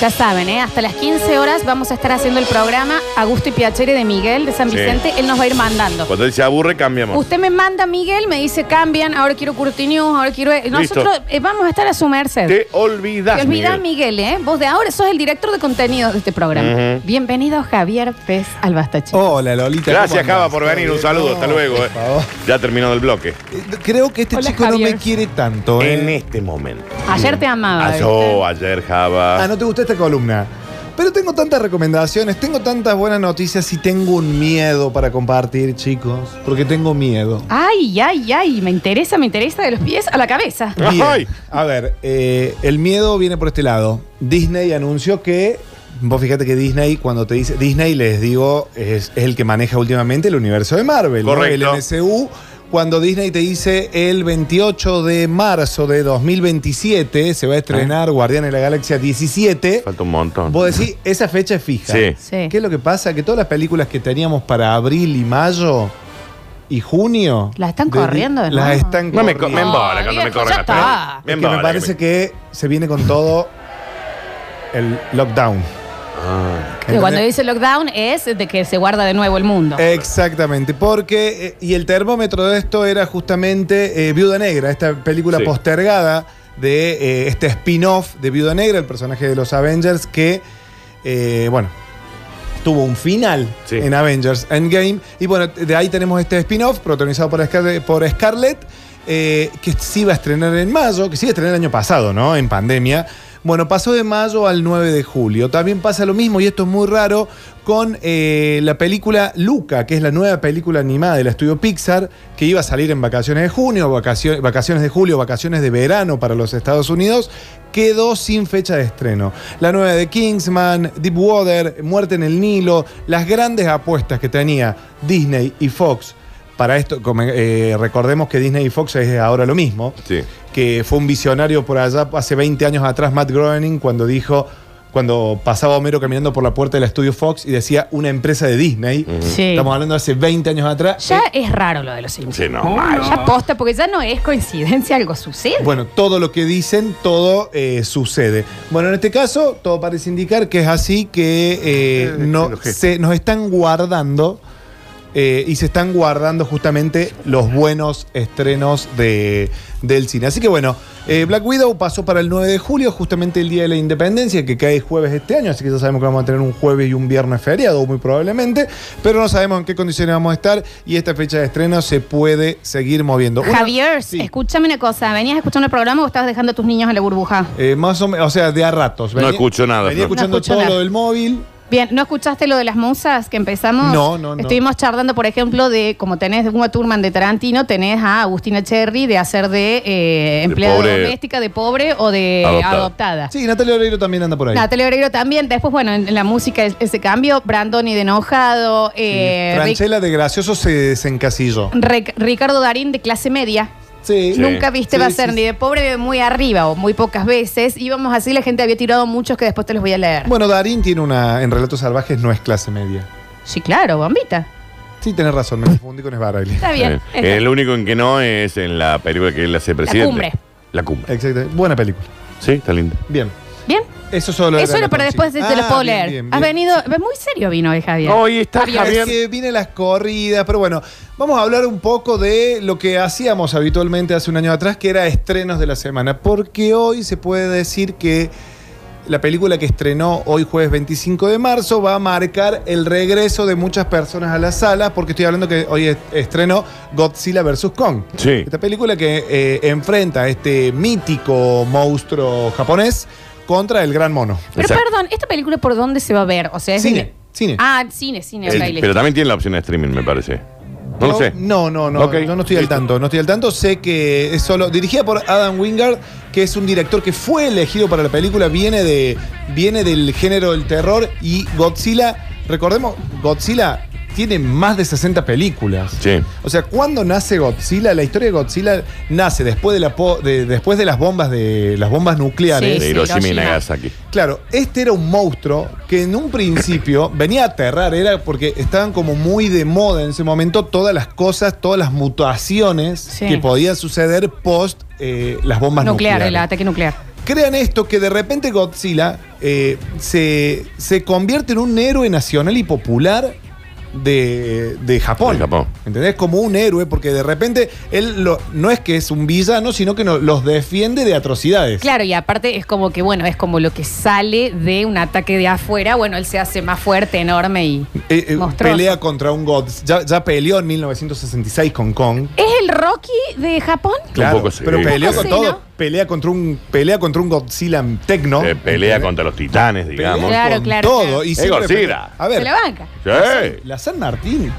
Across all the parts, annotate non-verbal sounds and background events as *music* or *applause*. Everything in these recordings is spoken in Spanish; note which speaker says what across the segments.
Speaker 1: Ya saben, ¿eh? hasta las 15 horas vamos a estar haciendo el programa Augusto y Piacere de Miguel de San
Speaker 2: Sí.
Speaker 1: Vicente. Él nos va a ir mandando.
Speaker 2: Cuando él se aburre, cambiamos.
Speaker 1: Usted me manda, Miguel, me dice cambian, ahora quiero Curti News, ahora quiero... Nosotros eh, vamos a estar a su merced.
Speaker 2: Te olvidas.
Speaker 1: Te olvidás, Miguel, ¿eh? Vos de ahora sos el director de contenido de este programa.
Speaker 2: Ujú.
Speaker 1: Bienvenido, Javier Pez Albastache.
Speaker 3: Hola, Lolita.
Speaker 2: Gracias,
Speaker 3: ¿cómo
Speaker 2: Java,
Speaker 3: andás?
Speaker 2: por venir. Un saludo. Hasta
Speaker 3: No,
Speaker 2: luego.
Speaker 3: por
Speaker 2: eh.
Speaker 3: favor.
Speaker 2: Ya terminado el bloque.
Speaker 3: Eh, Creo que este
Speaker 1: Hola,
Speaker 3: chico no
Speaker 1: Javier.
Speaker 3: me quiere tanto, ¿eh?
Speaker 2: En este momento.
Speaker 1: Ayer te amaba.
Speaker 2: Ah,
Speaker 1: ¿viste?
Speaker 2: yo, ayer, Java.
Speaker 3: Ah, no te gustó esta columna. Pero tengo tantas recomendaciones, tengo tantas buenas noticias y tengo un miedo para compartir, chicos. Porque tengo miedo.
Speaker 1: Ay, ay, ay, me interesa, me interesa de los pies a la cabeza.
Speaker 2: Ay.
Speaker 3: Bien. A ver, eh, el miedo viene por este lado. Disney anunció que. Vos fíjate que Disney, cuando te dice. Disney, les digo, es, es el que maneja últimamente el universo de Marvel. ¿no?
Speaker 2: Correcto.
Speaker 3: El MCU. Cuando Disney te dice el 28 de marzo de 2027 se va a estrenar Guardianes de la Galaxia 17.
Speaker 2: Falta un montón.
Speaker 3: Vos decís, esa fecha es fija.
Speaker 2: Sí.
Speaker 1: Sí.
Speaker 3: ¿Qué es lo que pasa? Que todas las películas que teníamos para abril y mayo y junio.
Speaker 1: Las están
Speaker 3: de-
Speaker 1: corriendo de
Speaker 3: Las
Speaker 1: nuevo.
Speaker 3: están
Speaker 2: No me, co-
Speaker 3: corriendo.
Speaker 2: me embola
Speaker 1: Ay,
Speaker 2: cuando me
Speaker 1: viejo,
Speaker 2: corren
Speaker 1: ya
Speaker 2: las
Speaker 1: está.
Speaker 2: pelotas. Me
Speaker 3: Es que
Speaker 2: embola
Speaker 3: me parece que se viene con todo el lockdown.
Speaker 1: Que cuando
Speaker 3: ¿Entendés?
Speaker 1: dice lockdown es de que se guarda de nuevo el mundo.
Speaker 3: Eh, Exactamente, porque eh, y el termómetro de esto era justamente eh, Viuda Negra, esta película
Speaker 2: Sí.
Speaker 3: postergada de eh, este spin-off de Viuda Negra, el personaje de los Avengers que eh, bueno tuvo un final
Speaker 2: Sí.
Speaker 3: en Avengers Endgame y bueno de ahí tenemos este spin-off protagonizado por, Scar- por Scarlett eh, que se iba a estrenar en mayo, que se iba a estrenar el año pasado, ¿no? En pandemia. Bueno, pasó de mayo al 9 de julio. También pasa lo mismo, y esto es muy raro, con eh, la película Luca, que es la nueva película animada del estudio Pixar, que iba a salir en vacaciones de junio, vacaciones, vacaciones de julio, vacaciones de verano para los Estados Unidos, quedó sin fecha de estreno. La nueva de Kingsman, Deep Water, Muerte en el Nilo, las grandes apuestas que tenía Disney y Fox para esto, como, eh, recordemos que Disney y Fox es ahora lo mismo,
Speaker 2: Sí.
Speaker 3: que fue un visionario por allá hace 20 años atrás, Matt Groening, cuando dijo, cuando pasaba Homero caminando por la puerta del estudio Fox y decía una empresa de Disney.
Speaker 1: Sí.
Speaker 3: Estamos hablando de hace 20 años atrás.
Speaker 1: Ya es raro lo de los Simpsons.
Speaker 2: Sí, no,
Speaker 3: Oh,
Speaker 2: mal.
Speaker 1: Ya posta, porque ya no es coincidencia, algo sucede.
Speaker 3: Bueno, todo lo que dicen, todo eh, sucede. Bueno, en este caso, todo parece indicar que es así, que eh, no- se- nos están guardando eh, y se están guardando justamente los buenos estrenos de, del cine. Así que bueno, eh, Black Widow pasó para el 9 de julio, justamente el Día de la Independencia, que cae jueves este año, así que ya sabemos que vamos a tener un jueves y un viernes feriado, muy probablemente, pero no sabemos en qué condiciones vamos a estar y esta fecha de estreno se puede seguir moviendo. Una-
Speaker 1: Javier,
Speaker 3: Sí.
Speaker 1: escúchame una cosa. ¿Venías escuchando el programa o estabas dejando a tus niños en la burbuja?
Speaker 3: Eh, más o menos, o sea, de a ratos.
Speaker 2: No escucho nada,
Speaker 3: Venía
Speaker 2: Flor.
Speaker 3: escuchando
Speaker 1: No escucho
Speaker 3: todo
Speaker 1: nada.
Speaker 3: lo del móvil.
Speaker 1: Bien, ¿no escuchaste lo de las musas que empezamos?
Speaker 3: No, no, no.
Speaker 1: Estuvimos charlando, por ejemplo, de como tenés Uma Thurman de Tarantino, tenés a Agustina Cherry de hacer de eh, empleada
Speaker 2: pobre.
Speaker 1: doméstica, de pobre o de
Speaker 2: Adoptada.
Speaker 1: adoptada.
Speaker 3: Sí, Natalia Oreiro también anda por ahí.
Speaker 1: Natalia Oreiro también. Después, bueno, en, en la música es- ese cambio, Brandon y de enojado, eh, Ric-
Speaker 3: Franchella Mm. de Gracioso se desencasilló.
Speaker 1: Ric- Ricardo Darín de clase media.
Speaker 3: Sí.
Speaker 2: Sí.
Speaker 1: Nunca viste
Speaker 3: Sí,
Speaker 1: va a ser
Speaker 3: sí,
Speaker 1: ni
Speaker 3: sí.
Speaker 1: de pobre ni de muy arriba o muy pocas veces. Íbamos así, la gente había tirado muchos que después te los voy a leer.
Speaker 3: Bueno, Darín tiene una. En Relatos Salvajes no es clase media.
Speaker 1: Sí, claro, bombita.
Speaker 3: Sí, tenés razón, me confundí
Speaker 1: *laughs*
Speaker 3: con Esbaraglia.
Speaker 1: Está bien.
Speaker 2: Eh,
Speaker 1: Está-
Speaker 2: El único en que no es en la película que él hace presidente.
Speaker 1: cumbre.
Speaker 2: La cumbre.
Speaker 3: Exactamente. Buena película.
Speaker 2: Sí, está lindo.
Speaker 3: Bien.
Speaker 1: Bien.
Speaker 3: Eso solo
Speaker 1: Eso era para después te
Speaker 3: de Ah,
Speaker 1: lo puedo leer. Has venido, muy serio vino hoy, Javier.
Speaker 2: Hoy está
Speaker 1: Javier.
Speaker 2: Javier.
Speaker 3: Es que vienen las corridas, pero bueno, vamos a hablar un poco de lo que hacíamos habitualmente hace un año atrás, que era estrenos de la semana, porque hoy se puede decir que la película que estrenó hoy jueves 25 de marzo va a marcar el regreso de muchas personas a las salas, porque estoy hablando que hoy est- estrenó Godzilla vs. Kong.
Speaker 2: Sí.
Speaker 3: Esta película que eh, enfrenta a este mítico monstruo japonés contra el gran mono.
Speaker 1: Pero
Speaker 2: Exacto.
Speaker 1: perdón, ¿esta película por dónde se va a ver? O sea, es
Speaker 3: Cine,
Speaker 1: en-
Speaker 3: cine.
Speaker 1: Ah, cine, cine.
Speaker 2: El-
Speaker 1: ok, listo.
Speaker 2: Eh, pero también tiene la opción de streaming, me parece. No, lo sé.
Speaker 3: No, no, no.
Speaker 2: Ok.
Speaker 3: Yo no estoy al tanto. No estoy al tanto. Sé que es solo. Dirigida por Adam Wingard, que es un director que fue elegido para la película, viene, de, viene del género del terror y Godzilla, recordemos, Godzilla tiene más de 60 películas.
Speaker 2: Sí.
Speaker 3: O sea, ¿cuándo nace Godzilla? La historia de Godzilla nace después de, la po- de- después de las bombas de las bombas nucleares.
Speaker 1: Sí,
Speaker 2: de
Speaker 1: sí,
Speaker 2: Hiroshima y
Speaker 1: Hiroshima.
Speaker 2: Nagasaki.
Speaker 3: Claro, este era un monstruo que en un principio *laughs* venía a aterrar, era porque estaban como muy de moda en ese momento todas las cosas, todas las mutaciones
Speaker 1: Sí.
Speaker 3: que podían suceder post eh, las bombas
Speaker 1: Nuclear, el
Speaker 3: nucleares.
Speaker 1: ataque nuclear.
Speaker 3: Crean esto que de repente Godzilla eh, se, se convierte en un héroe nacional y popular de, de Japón.
Speaker 2: De Japón.
Speaker 3: ¿Entendés? Como un héroe, porque de repente él lo- no es que es un villano, sino que no- los defiende de atrocidades.
Speaker 1: Claro, y aparte es como que, bueno, es como lo que sale de un ataque de afuera. Bueno, él se hace más fuerte, enorme y.
Speaker 3: Eh, eh,
Speaker 1: monstruoso.
Speaker 3: pelea contra un God. Ya, ya peleó en 1966 con Kong.
Speaker 1: ¿Es el Rocky de Japón?
Speaker 3: Claro,
Speaker 2: poco sí.
Speaker 3: pero peleó
Speaker 1: Un poco
Speaker 3: con
Speaker 1: sí,
Speaker 3: todo.
Speaker 1: ¿no?
Speaker 3: Pelea contra un pelea contra un Godzilla tecno.
Speaker 2: Eh, pelea contra los titanes, digamos.
Speaker 1: Claro,
Speaker 3: con todo. Y
Speaker 2: Es
Speaker 3: siempre
Speaker 2: Godzilla.
Speaker 3: pelea. A ver,
Speaker 1: Se la banca.
Speaker 2: Sí.
Speaker 3: la San Martín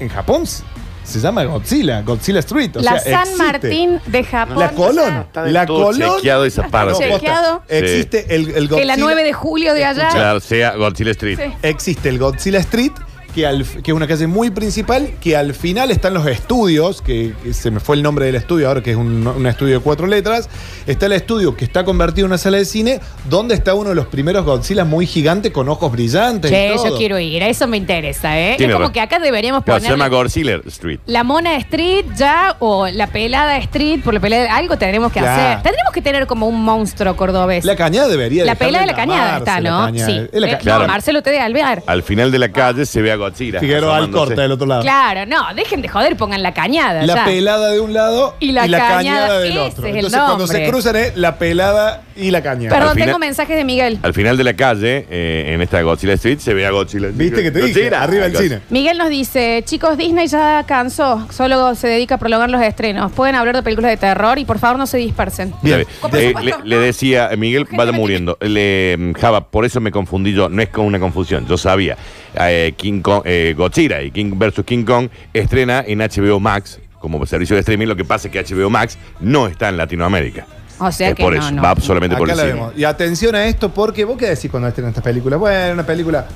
Speaker 3: en Japón s- se llama Godzilla, Godzilla Street. o
Speaker 1: la
Speaker 3: sea,
Speaker 1: San
Speaker 3: existe.
Speaker 1: Martín de Japón.
Speaker 3: La Colón.
Speaker 2: Está del
Speaker 3: La
Speaker 2: todo
Speaker 3: Colón.
Speaker 2: chequeado esa parte.
Speaker 3: posta.
Speaker 1: Chequeado.
Speaker 3: Existe el, el
Speaker 1: O sea, Que
Speaker 3: Godzilla.
Speaker 1: la 9 de julio de allá.
Speaker 2: Claro, sea Godzilla Street.
Speaker 1: Sí.
Speaker 3: existe el Godzilla Street, que, al- que es una calle muy principal, que al final están los estudios, que, que se me fue el nombre del estudio ahora, que es un, un estudio de cuatro letras. Está el estudio que está convertido en una sala de cine, donde está uno de los primeros Godzillas muy gigante con ojos brillantes. y
Speaker 1: Che, yo
Speaker 3: todo.
Speaker 1: quiero ir, a eso me interesa, ¿eh?
Speaker 2: Tiene
Speaker 1: es como
Speaker 2: razón.
Speaker 1: que acá deberíamos
Speaker 2: Claro, se
Speaker 1: poner
Speaker 2: llama Godzilla Street.
Speaker 1: la Mona Street ya o la Pelada Street, por la pelada, algo tendremos que
Speaker 3: Claro.
Speaker 1: hacer. Tendremos que tener como un monstruo cordobés.
Speaker 3: La cañada debería
Speaker 1: La
Speaker 3: dejarla
Speaker 1: pelada de la
Speaker 3: en
Speaker 1: cañada
Speaker 3: Marce,
Speaker 1: está,
Speaker 3: la
Speaker 1: ¿no?
Speaker 3: cañada.
Speaker 1: Sí.
Speaker 3: Es la
Speaker 1: Eh,
Speaker 3: ca-
Speaker 1: no,
Speaker 2: Claro.
Speaker 1: Marcelo te de Alvear.
Speaker 2: Al final de la calle se ve a Godzilla.
Speaker 3: Figueroa
Speaker 2: asomándose.
Speaker 3: Alcorta del otro lado.
Speaker 1: Claro, no, dejen de joder, pongan la cañada.
Speaker 3: Ah. La
Speaker 1: ya.
Speaker 3: pelada de un lado
Speaker 1: Y la cañada,
Speaker 3: del
Speaker 1: ese
Speaker 3: otro.
Speaker 1: es el
Speaker 3: Entonces, cuando se
Speaker 1: nombre.
Speaker 3: cruzan es la pelada y la cañada.
Speaker 1: Perdón,
Speaker 2: Al final-
Speaker 1: tengo mensajes de Miguel.
Speaker 2: Al final de la calle, eh, en esta Godzilla Street, se ve a Godzilla.
Speaker 3: ¿Viste que te dije?
Speaker 2: Godzilla.
Speaker 3: Arriba el
Speaker 2: Godzilla.
Speaker 3: cine.
Speaker 1: Miguel nos dice, chicos, Disney ya cansó, solo se dedica a prolongar los estrenos. Pueden hablar de películas de terror y por favor no se dispersen.
Speaker 3: Bien.
Speaker 2: Está bien. Eh, le, le decía, eh, Miguel, vaya muriendo. Le, mm, Java, por eso me confundí yo. No es con una confusión, yo sabía. Eh, King Kong, eh, Godzilla y King vs. King Kong estrena en HBO Max como servicio de streaming. Lo que pasa es que HBO Max no está en Latinoamérica.
Speaker 1: O sea
Speaker 2: Es
Speaker 1: que
Speaker 2: por
Speaker 1: no,
Speaker 2: eso,
Speaker 1: no.
Speaker 2: va solamente por
Speaker 3: Acá
Speaker 2: el
Speaker 3: la
Speaker 2: cine.
Speaker 3: vemos. Y atención a esto porque vos qué decís cuando estén estas películas. Bueno, una película.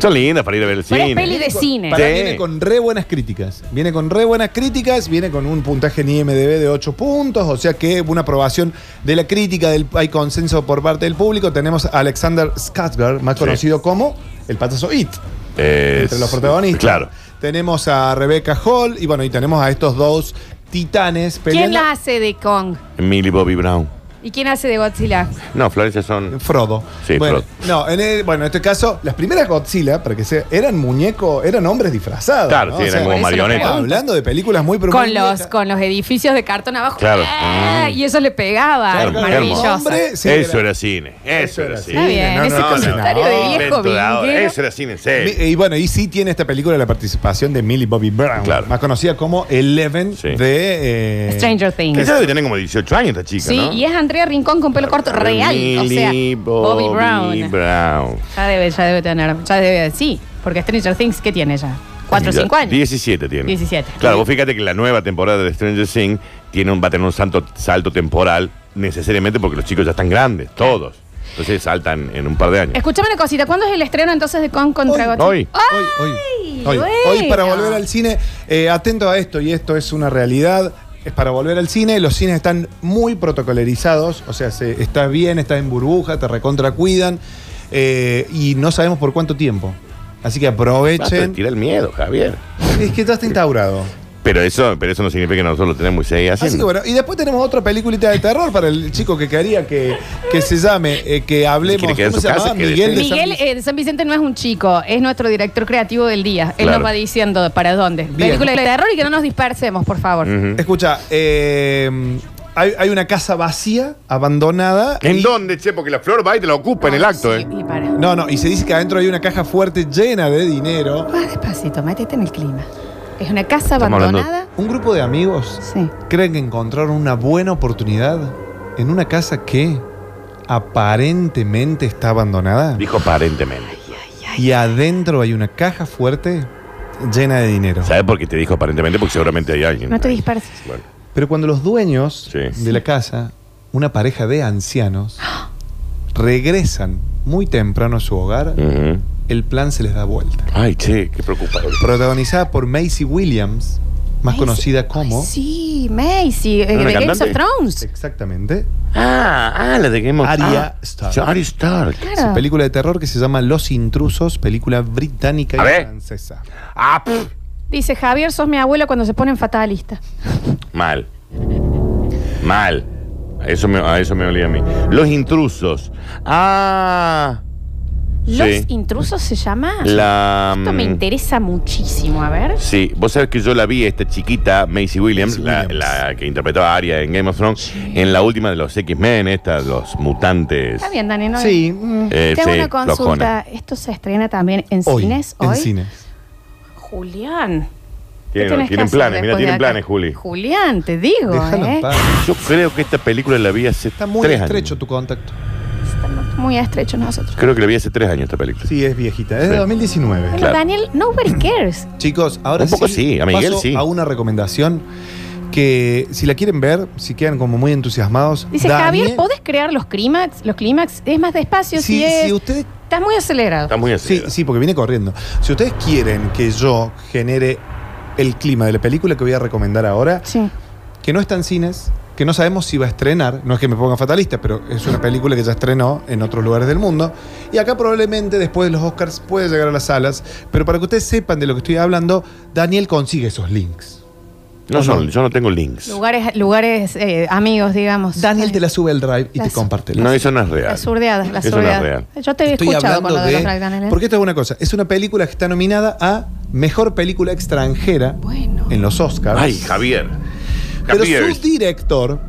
Speaker 2: Son lindas para ir a ver el
Speaker 1: Pero es
Speaker 2: cine.
Speaker 1: peli de cine.
Speaker 3: Para
Speaker 2: Sí.
Speaker 3: viene con re buenas críticas. Viene con re buenas críticas, viene con un puntaje en IMDB de 8 puntos, o sea que una aprobación de la crítica, del, hay consenso por parte del público. Tenemos a Alexander Skarsgård, más
Speaker 2: Sí.
Speaker 3: conocido como el payaso It,
Speaker 2: Eh,
Speaker 3: entre los protagonistas.
Speaker 2: Claro.
Speaker 3: Tenemos a Rebecca Hall y bueno, y tenemos a estos dos titanes
Speaker 1: ¿Quién
Speaker 3: peleando.
Speaker 1: la hace de Kong?
Speaker 2: Millie Bobby Brown.
Speaker 1: ¿Y quién hace de Godzilla?
Speaker 2: No, Florencia son.
Speaker 3: Frodo.
Speaker 2: Sí,
Speaker 3: bueno,
Speaker 2: Frodo.
Speaker 3: No, en el- bueno, en este caso, las primeras Godzilla, para que sea, eran muñecos, eran hombres disfrazados.
Speaker 2: Claro,
Speaker 3: ¿no?
Speaker 2: sí,
Speaker 3: O
Speaker 2: eran
Speaker 3: sea,
Speaker 1: por eso
Speaker 2: como
Speaker 1: lo
Speaker 3: Ah,
Speaker 2: marionetas.
Speaker 1: pregunto.
Speaker 3: Hablando de películas muy pero
Speaker 1: Con
Speaker 3: muy
Speaker 1: los,
Speaker 3: viejas.
Speaker 1: con los edificios de cartón abajo.
Speaker 2: Claro.
Speaker 1: ¡Ah! Y eso le pegaba.
Speaker 2: Claro,
Speaker 1: maravilloso.
Speaker 3: Hombre, sí,
Speaker 2: eso
Speaker 3: era-
Speaker 2: era cine. Eso era
Speaker 3: Está
Speaker 2: cine.
Speaker 1: Está bien,
Speaker 3: no,
Speaker 1: ese
Speaker 3: no, no,
Speaker 1: comentario
Speaker 3: no,
Speaker 1: de
Speaker 3: no,
Speaker 1: viejo
Speaker 2: invento de ahora.
Speaker 1: vinguero.
Speaker 2: Eso era cine, en serio.
Speaker 3: Mi- eh, Y bueno, y sí tiene esta película la participación de Millie Bobby Brown,
Speaker 2: Claro.
Speaker 3: más conocida como Eleven
Speaker 2: Sí.
Speaker 3: de eh,
Speaker 1: Stranger Things.
Speaker 2: Que ya debe tener como 18 años esta chica,
Speaker 1: Sí,
Speaker 2: ¿no?
Speaker 1: y es Andrea Rincón con pelo corto real. O sea,
Speaker 2: Millie
Speaker 1: Bobby Brown.
Speaker 2: Brown.
Speaker 1: Ya debe, ya debe tener, ya debe, sí, porque Stranger Things, ¿qué tiene ya? ¿Cuatro o
Speaker 2: Ya,
Speaker 1: cinco años?
Speaker 2: 17 tiene.
Speaker 1: 17.
Speaker 2: Claro, vos fíjate que la nueva temporada de Stranger Things tiene un, va a tener un salto, salto temporal necesariamente porque los chicos ya están grandes, todos. Entonces saltan en un par de años.
Speaker 1: Escuchame una cosita, ¿cuándo es el estreno entonces de Kong contra
Speaker 3: Hoy.
Speaker 1: Godzilla?
Speaker 2: Hoy.
Speaker 3: Hoy, hoy, hoy,
Speaker 1: bueno.
Speaker 3: Hoy para volver al cine, eh, atento a esto, y esto es una realidad. Es para volver al cine, los cines están muy protocolarizados, o sea, se, estás bien, estás en burbuja, te recontra cuidan, eh, y no sabemos por cuánto tiempo. Así que
Speaker 2: Basta de
Speaker 3: aprovechen.
Speaker 2: tirar el miedo, Javier.
Speaker 3: Es que ya está instaurado.
Speaker 2: Pero eso, pero eso no significa que nosotros lo tenemos y seguir
Speaker 3: Así que
Speaker 2: haciendo.
Speaker 3: bueno, y después tenemos otra peliculita de terror para el chico que quería que, que se llame, eh, que hablemos.
Speaker 2: ¿Quiere quedar en
Speaker 3: ¿Cómo
Speaker 2: su
Speaker 3: se
Speaker 2: casa?
Speaker 3: llamaba?
Speaker 2: Quédese.
Speaker 3: Miguel de San
Speaker 1: Miguel
Speaker 3: Vicente.
Speaker 1: eh, de San Vicente no es un chico, es nuestro director creativo del día. Él
Speaker 2: Claro.
Speaker 1: nos va diciendo para dónde.
Speaker 3: Bien.
Speaker 1: Película de terror y que no nos dispersemos, por favor.
Speaker 2: Ujú.
Speaker 3: Escucha, eh, hay, hay una casa vacía, abandonada.
Speaker 2: ¿En
Speaker 3: y-
Speaker 2: dónde, che? Porque la flor va y te la ocupa en el acto,
Speaker 1: Sí,
Speaker 2: ¿eh?
Speaker 1: Y para.
Speaker 3: No, no, y se dice que adentro hay una caja fuerte llena de dinero.
Speaker 1: Vas despacito, métete en el clima. Es una casa
Speaker 2: Estamos hablando-
Speaker 1: abandonada.
Speaker 3: Un grupo de amigos
Speaker 1: Sí.
Speaker 3: creen que encontraron una buena oportunidad en una casa que aparentemente está abandonada.
Speaker 2: Dijo aparentemente.
Speaker 3: Y adentro hay una caja fuerte llena de dinero.
Speaker 2: ¿Sabes por qué te dijo aparentemente? Porque seguramente hay alguien.
Speaker 1: No te disperses.
Speaker 2: Bueno,
Speaker 3: Pero cuando los dueños
Speaker 2: Sí.
Speaker 3: de la casa una pareja de ancianos regresan muy temprano a su hogar,
Speaker 2: Ujú.
Speaker 3: el plan se les da vuelta.
Speaker 2: Ay, che, qué preocupado.
Speaker 3: Protagonizada por Macy Williams, más
Speaker 1: Macy-
Speaker 3: conocida como...
Speaker 1: Ay, sí, Macy, eh,
Speaker 2: ¿No era
Speaker 1: de Games
Speaker 2: cantante?
Speaker 1: of Thrones.
Speaker 3: Exactamente.
Speaker 2: Ah, ah, la de Game of
Speaker 3: Arya
Speaker 2: Ah,
Speaker 3: Stark.
Speaker 2: Arya Stark.
Speaker 1: Claro.
Speaker 3: Película de terror que se llama Los Intrusos, película británica
Speaker 2: A
Speaker 3: y
Speaker 2: ver.
Speaker 3: francesa.
Speaker 2: Ah, pff.
Speaker 1: Dice Javier, sos mi abuelo cuando se ponen fatalistas.
Speaker 2: Mal. Mal. A eso me, a eso me olía a mí. Los intrusos. Ah.
Speaker 1: Los
Speaker 2: Sí.
Speaker 1: intrusos se llama.
Speaker 2: La.
Speaker 1: Esto me
Speaker 2: mm,
Speaker 1: interesa muchísimo, a ver.
Speaker 2: Sí, vos sabés que yo la vi, esta chiquita, Macy Williams,
Speaker 3: Macy
Speaker 2: la,
Speaker 3: Williams.
Speaker 2: la que interpretaba a Arya en Game of Thrones, en la última de los X-Men, esta, los mutantes.
Speaker 1: Está bien, Dani, no-
Speaker 3: Sí. mm,
Speaker 2: Eh,
Speaker 1: Te hago
Speaker 2: sí,
Speaker 1: una
Speaker 2: flojona.
Speaker 1: consulta. ¿Esto se estrena también en
Speaker 3: Hoy,
Speaker 1: cines
Speaker 3: en
Speaker 1: hoy?
Speaker 3: cines.
Speaker 1: Julián. ¿qué
Speaker 2: Tienen,
Speaker 1: tenés que
Speaker 2: tienen
Speaker 1: hacer
Speaker 2: planes,
Speaker 1: después de
Speaker 2: mira, tienen
Speaker 1: acá?
Speaker 2: planes, Juli.
Speaker 1: Julián, te digo,
Speaker 3: Déjalo en
Speaker 1: ¿eh?
Speaker 3: paz.
Speaker 2: Yo creo que esta película la vi hace
Speaker 3: Está muy
Speaker 2: tres
Speaker 3: estrecho
Speaker 2: años.
Speaker 3: tu contacto.
Speaker 1: Estamos muy estrechos nosotros.
Speaker 2: Creo que la vi hace tres años esta película.
Speaker 3: Sí, es viejita. Es de
Speaker 2: Sí.
Speaker 3: 2019.
Speaker 1: Bueno,
Speaker 2: claro.
Speaker 1: Daniel, nobody cares.
Speaker 3: Chicos, ahora
Speaker 2: Un poco sí, a Miguel
Speaker 3: paso
Speaker 2: sí.
Speaker 3: a una recomendación que si la quieren ver, si quedan como muy entusiasmados.
Speaker 1: Dice,
Speaker 3: Daniel-
Speaker 1: Javier, ¿podés crear los clímax? Los clímax es más despacio si,
Speaker 3: Si,
Speaker 1: es...
Speaker 3: si ustedes
Speaker 1: Estás muy acelerado.
Speaker 2: Está muy
Speaker 3: Sí,
Speaker 2: así.
Speaker 3: sí, porque viene corriendo. Si ustedes quieren que yo genere el clima de la película que voy a recomendar ahora,
Speaker 1: Sí.
Speaker 3: que no está en cines, que no sabemos si va a estrenar, no es que me ponga fatalista, pero es una película que ya estrenó en otros lugares del mundo, y acá probablemente después de los Oscars puede llegar a las salas, pero para que ustedes sepan de lo que estoy hablando, Daniel consigue esos links.
Speaker 2: No son, yo no tengo links.
Speaker 1: Lugares, lugares eh, amigos, digamos.
Speaker 3: Daniel te la sube al drive y
Speaker 1: Las-
Speaker 3: te comparte. el
Speaker 2: No,
Speaker 3: link.
Speaker 2: eso no es real.
Speaker 1: Las surdeadas, las
Speaker 2: Eso no es
Speaker 1: surdeadas.
Speaker 2: real.
Speaker 1: Yo te he
Speaker 3: Estoy
Speaker 1: escuchado con
Speaker 3: hablando
Speaker 1: lo de,
Speaker 3: de...
Speaker 1: los Black Daniel, ¿eh?
Speaker 3: Porque esta es una cosa, es una película que está nominada a Mejor Película Extranjera
Speaker 1: Bueno.
Speaker 3: en los Oscars.
Speaker 2: Ay, Javier.
Speaker 3: Pero
Speaker 2: Javier.
Speaker 3: su director,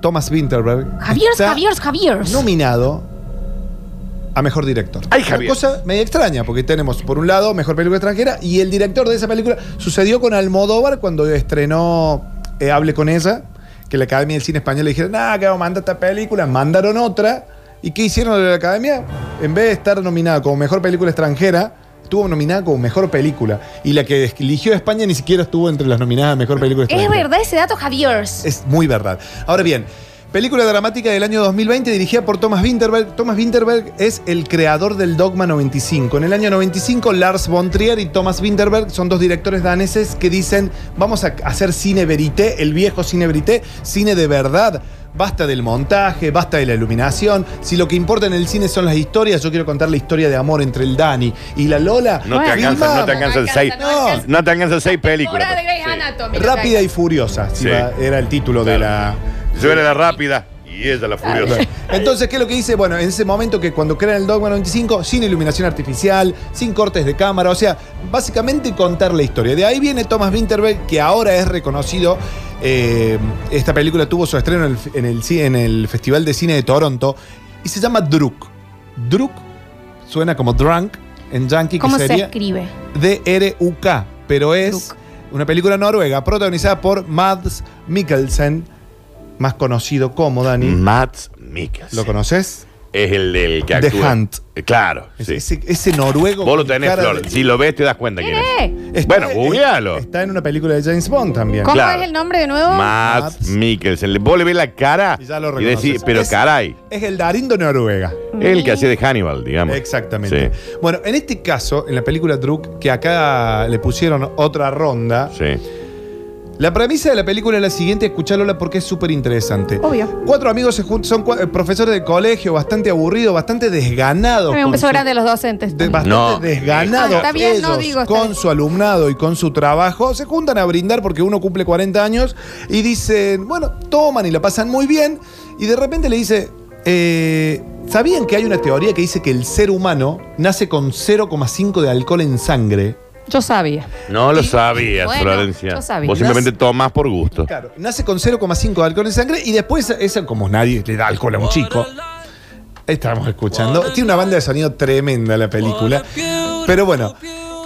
Speaker 3: Thomas Winterberg,
Speaker 1: Javier,
Speaker 3: Eh, está
Speaker 1: Javier, Javier.
Speaker 3: nominado a mejor director.
Speaker 2: Ay, Javier.
Speaker 3: Una cosa medio extraña, porque tenemos, por un lado, mejor película extranjera, y el director de esa película sucedió con Almodóvar cuando estrenó eh, Hable con ella, que la Academia del Cine Español le dijeron, ah, que manda esta película, mandaron otra. ¿Y qué hicieron de la Academia? En vez de estar nominada como mejor película extranjera, estuvo nominada como mejor película. Y la que eligió España ni siquiera estuvo entre las nominadas a mejor película
Speaker 1: Es
Speaker 3: extranjera.
Speaker 1: verdad ese dato, Javier.
Speaker 3: Es muy verdad. Ahora bien, película dramática del año 2020 dirigida por Thomas Winterberg. Thomas Winterberg es el creador del Dogma 95. En el año 95, Lars von Trier y Thomas Winterberg son dos directores daneses que dicen, vamos a hacer cine verité, el viejo cine verité, cine de verdad. Basta del montaje, basta de la iluminación. Si lo que importa en el cine son las historias, yo quiero contar la historia de amor entre el Dani y la Lola.
Speaker 2: No te
Speaker 1: Bueno,
Speaker 2: alcanzan, no te alcanzan
Speaker 1: no
Speaker 2: seis.
Speaker 1: alcanza, no alcanza.
Speaker 2: No te alcanzan seis películas. pues.
Speaker 1: Temporada de Grey's
Speaker 2: Sí.
Speaker 1: Anatomy,
Speaker 3: Rápida
Speaker 1: Grey's
Speaker 3: y furiosa, si
Speaker 2: Sí.
Speaker 3: va- era el título de la...
Speaker 2: Yo era la rápida y ella la furiosa.
Speaker 3: Entonces, ¿qué es lo que dice? Bueno, en ese momento que cuando crean el Dogma 95, sin iluminación artificial, sin cortes de cámara, o sea, básicamente contar la historia. De ahí viene Thomas Winterberg, que ahora es reconocido. Eh, esta película tuvo su estreno en el, en el ci- en el Festival de Cine de Toronto y se llama Druk. Druk suena como drunk en yankee,
Speaker 1: ¿Cómo
Speaker 3: que
Speaker 1: se
Speaker 3: sería
Speaker 1: escribe?
Speaker 3: D-R-U-K, pero es
Speaker 1: Druk.
Speaker 3: una película noruega protagonizada por Mads Mikkelsen, más conocido como Dani.
Speaker 2: Matt Mikkelsen.
Speaker 3: ¿Lo conoces?
Speaker 2: Es el del que
Speaker 3: The
Speaker 2: actúa.
Speaker 3: Hunt.
Speaker 2: Eh, Claro, sí.
Speaker 3: Ese, ese noruego.
Speaker 2: Vos lo
Speaker 3: con
Speaker 2: tenés,
Speaker 3: cara de-
Speaker 2: Flor. Si lo ves, te das cuenta quién es.
Speaker 1: ¿Quién
Speaker 3: Está-
Speaker 2: Bueno, googlealo.
Speaker 3: Está en una película de James Bond también.
Speaker 1: ¿Cómo
Speaker 2: Claro.
Speaker 1: es el nombre de nuevo?
Speaker 2: Matt
Speaker 3: Mads.
Speaker 2: Mikkelsen. Le- Vos le ves la cara
Speaker 3: Y ya lo
Speaker 2: y
Speaker 3: reconoces.
Speaker 2: decís, pero
Speaker 3: Es-
Speaker 2: caray.
Speaker 3: Es el Darindo Noruega.
Speaker 2: El que hacía de Hannibal, digamos.
Speaker 3: Exactamente. Bueno, en este caso, en la película Druk, que acá le pusieron otra ronda,
Speaker 2: Sí. sí.
Speaker 3: la premisa de la película es la siguiente, escuchalola porque es súper interesante.
Speaker 1: Obvio.
Speaker 3: Cuatro amigos se jun- son cua- eh, profesores de colegio, bastante aburridos, bastante desganados.
Speaker 1: Hay
Speaker 3: con
Speaker 1: un beso
Speaker 3: su-
Speaker 1: grande a los docentes.
Speaker 3: de- bastante
Speaker 2: No.
Speaker 3: desganado
Speaker 1: Ah, está bien,
Speaker 3: ellos
Speaker 1: no digo, está
Speaker 3: con
Speaker 1: bien.
Speaker 3: su alumnado y con su trabajo, se juntan a brindar porque uno cumple 40 años y dicen, bueno, toman y la pasan muy bien y de repente le dice, eh, ¿sabían que hay una teoría que dice que el ser humano nace con 0,5 de alcohol en sangre?
Speaker 1: Yo sabía.
Speaker 2: No lo sabías,
Speaker 1: Bueno,
Speaker 2: Florencia.
Speaker 1: yo sabía.
Speaker 2: Vos simplemente tomás por gusto.
Speaker 3: Claro, nace con 0,5 de alcohol en sangre y después, esa, como nadie le da alcohol a un chico, estamos escuchando. Tiene una banda de sonido tremenda la película. Pero bueno,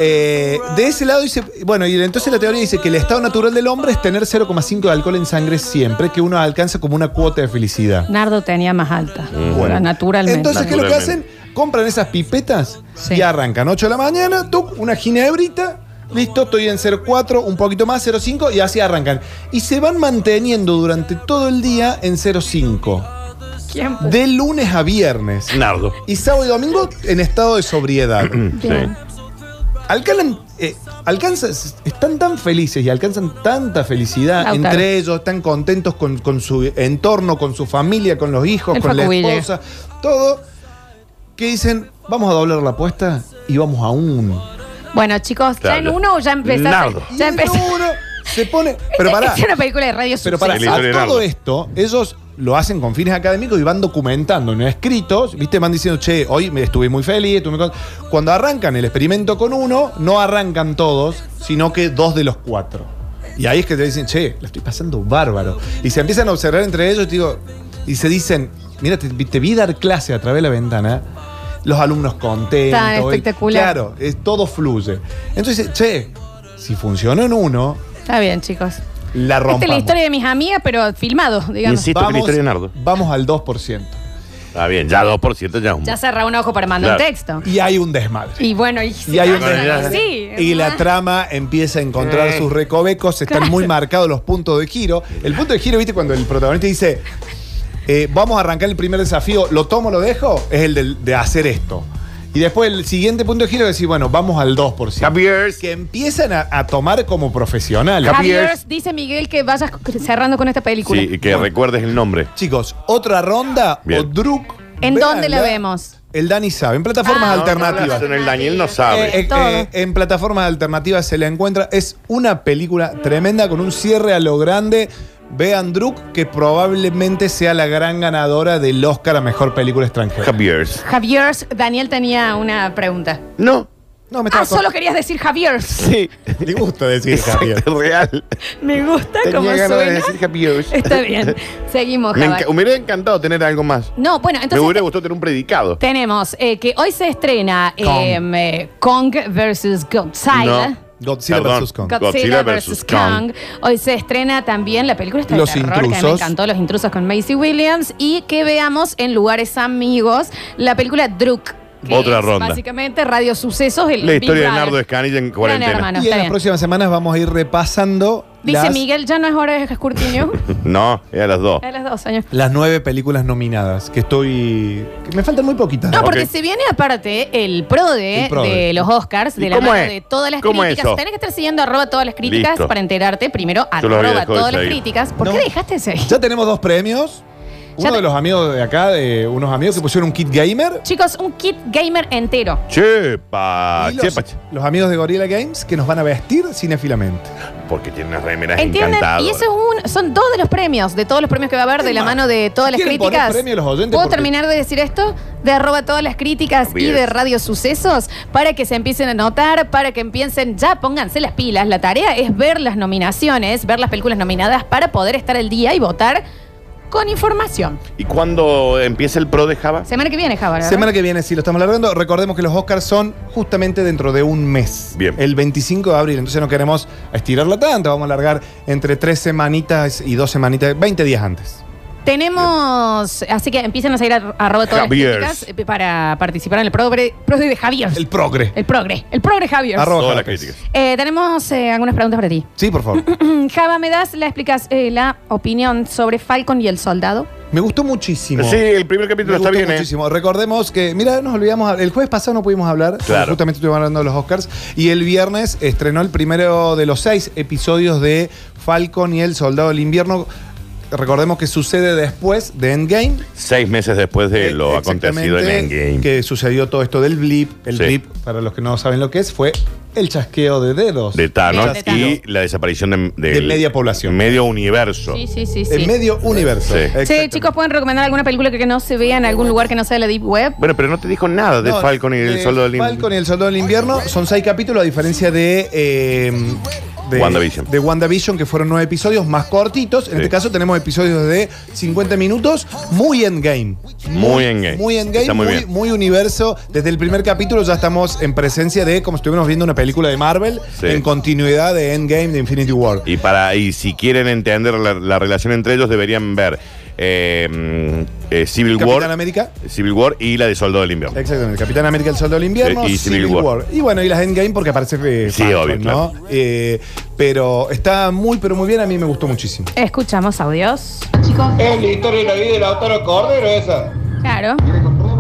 Speaker 3: eh, de ese lado dice, bueno, y entonces la teoría dice que el estado natural del hombre es tener 0,5 de alcohol en sangre siempre, que uno alcanza como una cuota de felicidad.
Speaker 1: Nardo tenía más alta.
Speaker 2: Mm.
Speaker 3: Bueno,
Speaker 1: Naturalmente.
Speaker 3: Entonces, ¿qué es lo que hacen?
Speaker 2: Naturalmente.
Speaker 3: Compran esas pipetas
Speaker 1: Sí.
Speaker 3: y arrancan 8 de la mañana, tuc, una ginebrita listo, estoy en 0,4, un poquito más, 0,5 y así arrancan. Y se van manteniendo durante todo el día en 0,5.
Speaker 1: ¿Quién?
Speaker 3: De lunes a viernes.
Speaker 2: Nardo.
Speaker 3: Y sábado y domingo en estado de sobriedad.
Speaker 2: Sí.
Speaker 1: Bien.
Speaker 3: Alcalan, eh, alcanzan- están tan felices y alcanzan tanta felicidad
Speaker 1: Lautaro.
Speaker 3: entre ellos, están contentos con, con su entorno, con su familia, con los hijos,
Speaker 1: El
Speaker 3: con la
Speaker 1: Facu Villa.
Speaker 3: esposa, todo, que dicen, vamos a doblar la apuesta y vamos a un.
Speaker 1: Bueno, chicos, ¿ya en
Speaker 2: Claro.
Speaker 1: uno o ya empezaste?
Speaker 2: Nardo.
Speaker 3: Y
Speaker 1: Ya
Speaker 3: en
Speaker 1: empezó.
Speaker 3: uno se pone. *laughs*
Speaker 1: *laughs*
Speaker 3: Pero pará,
Speaker 1: Es una película de radio
Speaker 3: pero pará,
Speaker 2: Sí, sí,
Speaker 3: a
Speaker 2: sí, sí,
Speaker 3: todo
Speaker 2: Leonardo.
Speaker 3: esto, ellos lo hacen con fines académicos y van documentando en escritos, ¿viste? Van diciendo, che, hoy me estuve muy feliz. estuve muy con-". Cuando arrancan el experimento con uno, no arrancan todos, sino que dos de los cuatro. Y ahí es que te dicen, che, la estoy pasando bárbaro. Y se empiezan a observar entre ellos, digo, y se dicen, mira, te, te vi dar clase a través de la ventana. Los alumnos contentos.
Speaker 1: Tan
Speaker 3: y-
Speaker 1: espectacular.
Speaker 3: Claro, es- todo fluye. Entonces, che, si funcionó en uno,
Speaker 1: Está bien, chicos.
Speaker 3: la rompamos.
Speaker 1: Esta es la historia de mis amigas, pero filmado, digamos.
Speaker 2: Insisto que la historia de Nardo.
Speaker 3: Vamos al 2%.
Speaker 2: Está bien, ya 2% ya es un.
Speaker 1: Ya cerra un ojo para mandar
Speaker 2: Claro.
Speaker 1: un texto.
Speaker 3: Y hay un desmadre.
Speaker 1: Y bueno, y,
Speaker 3: Y hay un
Speaker 2: desmadre.
Speaker 1: Sí,
Speaker 3: Y la
Speaker 1: ah.
Speaker 3: trama empieza a encontrar sus recovecos, están muy marcados los puntos de giro. El punto de giro, ¿viste? Cuando el protagonista dice, eh, vamos a arrancar el primer desafío, lo tomo, lo dejo, es el del- de, hacer esto. Y después el siguiente punto de giro es decir, bueno, vamos al 2%.
Speaker 2: Javier.
Speaker 3: Que empiezan a, a tomar como profesionales.
Speaker 1: Javier, dice Miguel que vayas cerrando con esta película.
Speaker 2: Sí, y que recuerdes el nombre.
Speaker 3: Chicos, otra ronda
Speaker 2: Bien.
Speaker 3: o Druk.
Speaker 1: ¿En dónde
Speaker 3: véanla.
Speaker 1: la vemos?
Speaker 3: El Dani sabe, en plataformas
Speaker 1: Ah,
Speaker 2: No,
Speaker 3: alternativas.
Speaker 2: no, no, El Daniel no
Speaker 3: Eh,
Speaker 2: sabe.
Speaker 3: eh,
Speaker 1: Todo.
Speaker 3: eh, en plataformas alternativas se la encuentra. Es una película tremenda con un cierre a lo grande. Vean Druk, que probablemente sea la gran ganadora del Oscar a Mejor Película Extranjera.
Speaker 2: Javier.
Speaker 1: Javier, Daniel tenía una pregunta.
Speaker 2: No.
Speaker 3: No, me
Speaker 1: Ah,
Speaker 3: estaba
Speaker 1: solo querías decir Javier.
Speaker 2: Sí.
Speaker 3: con- Le gusta decir Javier.
Speaker 2: Exacto, real.
Speaker 1: Me gusta
Speaker 2: Tenía
Speaker 1: como
Speaker 2: ganas de
Speaker 1: suena.
Speaker 2: decir Javier.
Speaker 1: Está bien. Seguimos,
Speaker 2: Me,
Speaker 1: Javier.
Speaker 2: enca- me hubiera encantado tener algo más.
Speaker 1: No, bueno,
Speaker 2: me
Speaker 1: entonces
Speaker 2: hubiera gustado tener un predicado.
Speaker 1: tenemos eh, que hoy se estrena
Speaker 3: Kong.
Speaker 1: em, eh, Kong vs. Godzilla.
Speaker 2: No.
Speaker 3: Godzilla
Speaker 2: Perdón.
Speaker 3: vs. Kong.
Speaker 1: Godzilla
Speaker 2: Godzilla
Speaker 1: vs.
Speaker 2: versus
Speaker 1: Kong. Hoy se estrena también la película esta de
Speaker 3: Los
Speaker 1: terror que me
Speaker 3: Intrusos.
Speaker 1: encantó, Los Intrusos con Macy Williams y que veamos en lugares amigos la película Druk. que
Speaker 2: Otra
Speaker 1: es
Speaker 2: ronda.
Speaker 1: Básicamente Radio Sucesos. El
Speaker 2: La historia de
Speaker 1: Big Brother.
Speaker 2: Nardo Escanilla en
Speaker 1: Gran
Speaker 2: cuarentena.
Speaker 1: hermano,
Speaker 3: y
Speaker 1: está
Speaker 3: en las
Speaker 1: bien.
Speaker 3: próximas semanas vamos a ir repasando
Speaker 1: Dice
Speaker 3: las,
Speaker 1: Miguel, ya no es hora de
Speaker 2: *laughs*
Speaker 1: escrutinio.
Speaker 2: No, era las dos.
Speaker 1: a los dos años.
Speaker 3: las nueve películas nominadas. Que estoy. que me faltan muy poquitas.
Speaker 1: No, porque
Speaker 2: Ok.
Speaker 1: se viene aparte el PRODE,
Speaker 3: El PRODE.
Speaker 1: de los Oscars,
Speaker 2: ¿Y
Speaker 1: de la
Speaker 2: cómo
Speaker 1: mano
Speaker 2: es?
Speaker 1: de todas las
Speaker 2: ¿Cómo es
Speaker 1: críticas.
Speaker 2: eso?
Speaker 1: Tenés que estar siguiendo arroba todas las críticas
Speaker 2: Listo.
Speaker 1: para enterarte primero
Speaker 2: Yo los había
Speaker 1: arroba
Speaker 2: dejado de
Speaker 1: todas las
Speaker 2: seguir.
Speaker 1: críticas. ¿Por
Speaker 3: No.
Speaker 1: qué dejaste de seguir?
Speaker 3: Ya tenemos dos premios.
Speaker 1: pues, Ya
Speaker 3: Uno
Speaker 1: te-
Speaker 3: de los amigos de acá, de unos amigos que pusieron un kit gamer.
Speaker 1: Chicos, un kit gamer entero.
Speaker 2: Chepa,
Speaker 3: Y los,
Speaker 2: Ah, chepa. che-
Speaker 3: los amigos de Gorilla Games que nos van a vestir cinéfilamente.
Speaker 2: Porque tiene unas remeras
Speaker 1: ¿Entienden?
Speaker 2: encantadas.
Speaker 1: Y eso es un, son dos de los premios, de todos los premios que va a haber, de la
Speaker 3: más?
Speaker 1: mano de todas
Speaker 3: Si
Speaker 1: las
Speaker 3: quieren poner
Speaker 1: críticas.
Speaker 3: premio a los oyentes,
Speaker 1: ¿Puedo
Speaker 3: porque-
Speaker 1: terminar de decir esto? De arroba todas las críticas y
Speaker 2: Bien.
Speaker 1: de Radio Sucesos, para que se empiecen a notar, para que empiecen, ya pónganse las pilas. La tarea es ver las nominaciones, ver las películas nominadas para poder estar el día y votar con información.
Speaker 2: ¿Y cuándo empieza el pro de Java?
Speaker 1: Semana que viene, Javier.
Speaker 3: Semana que viene, sí, lo estamos largando. Recordemos que los Oscars son justamente dentro de un mes.
Speaker 2: Bien.
Speaker 3: El 25 de abril. Entonces no queremos estirarla tanto. Vamos a largar entre tres semanitas y dos semanitas, 20 días antes.
Speaker 1: Tenemos, así que empiecen a seguir a arroba todas
Speaker 2: Javiers.
Speaker 1: las críticas eh, para participar en el progre, progre de Javier.
Speaker 3: El progre.
Speaker 1: El progre, el progre Javier.
Speaker 3: Arroba
Speaker 2: Todas las
Speaker 3: Jarapes.
Speaker 2: críticas.
Speaker 1: Eh, tenemos eh, algunas preguntas para ti.
Speaker 3: Sí, por favor.
Speaker 1: Mm, Java, ¿me das la, explicas, eh, la opinión sobre Falcon y el soldado?
Speaker 3: Me gustó muchísimo.
Speaker 2: Sí, el primer
Speaker 3: Me
Speaker 2: capítulo
Speaker 3: gustó
Speaker 2: está bien, ¿eh?
Speaker 3: muchísimo. Recordemos que, mira, nos olvidamos, el jueves pasado no pudimos hablar,
Speaker 2: Claro.
Speaker 3: porque justamente estuvimos hablando de los Oscars, y el viernes estrenó el primero de los seis episodios de Falcon y el Soldado del Invierno. Recordemos que sucede después de Endgame.
Speaker 2: Seis meses después de lo
Speaker 3: Eh, Exactamente,
Speaker 2: acontecido en Endgame.
Speaker 3: Que sucedió todo esto del blip. El
Speaker 2: Sí.
Speaker 3: blip, para los que no saben lo que es, fue el chasqueo de dedos.
Speaker 2: De Thanos,
Speaker 1: De Thanos.
Speaker 2: y la desaparición de,
Speaker 3: De media población.
Speaker 2: Medio universo.
Speaker 1: sí, sí,
Speaker 3: En medio universo.
Speaker 2: Sí.
Speaker 3: Exactamente.
Speaker 1: Sí, chicos, ¿pueden recomendar alguna película que no se vea en algún lugar que no sea la Deep Web?
Speaker 2: Bueno, pero no te dijo nada de
Speaker 3: No,
Speaker 2: Falcon y el
Speaker 3: eh,
Speaker 2: Soldado del
Speaker 3: Falcon y el Soldado del Invierno son seis capítulos, a diferencia de. eh, de
Speaker 2: WandaVision.
Speaker 3: De WandaVision, que fueron nueve episodios más cortitos. En
Speaker 2: Sí.
Speaker 3: este caso tenemos episodios de 50 minutos, muy endgame.
Speaker 2: Muy endgame.
Speaker 3: Muy endgame,
Speaker 2: Está muy
Speaker 3: muy,
Speaker 2: bien.
Speaker 3: muy universo. Desde el primer capítulo ya estamos en presencia de, como si estuviéramos viendo una película de Marvel,
Speaker 2: Sí.
Speaker 3: en continuidad de Endgame de Infinity War.
Speaker 2: Y para y si quieren entender la, la relación entre ellos deberían ver eh, eh, Civil
Speaker 3: Capitán
Speaker 2: War.
Speaker 3: América.
Speaker 2: Civil War y la de Soldado del Invierno.
Speaker 3: Exactamente, Capitán América, el Soldado del Invierno
Speaker 2: Eh, y Civil War.
Speaker 3: Y bueno, y las Endgame porque aparece eh,
Speaker 2: Sí,
Speaker 3: Falcon,
Speaker 2: obvio,
Speaker 3: ¿no? Eh, pero está muy, pero muy bien, a mí me gustó muchísimo.
Speaker 1: Escuchamos audios.
Speaker 4: Es la historia de la vida del autor Cordero esa.
Speaker 1: Claro.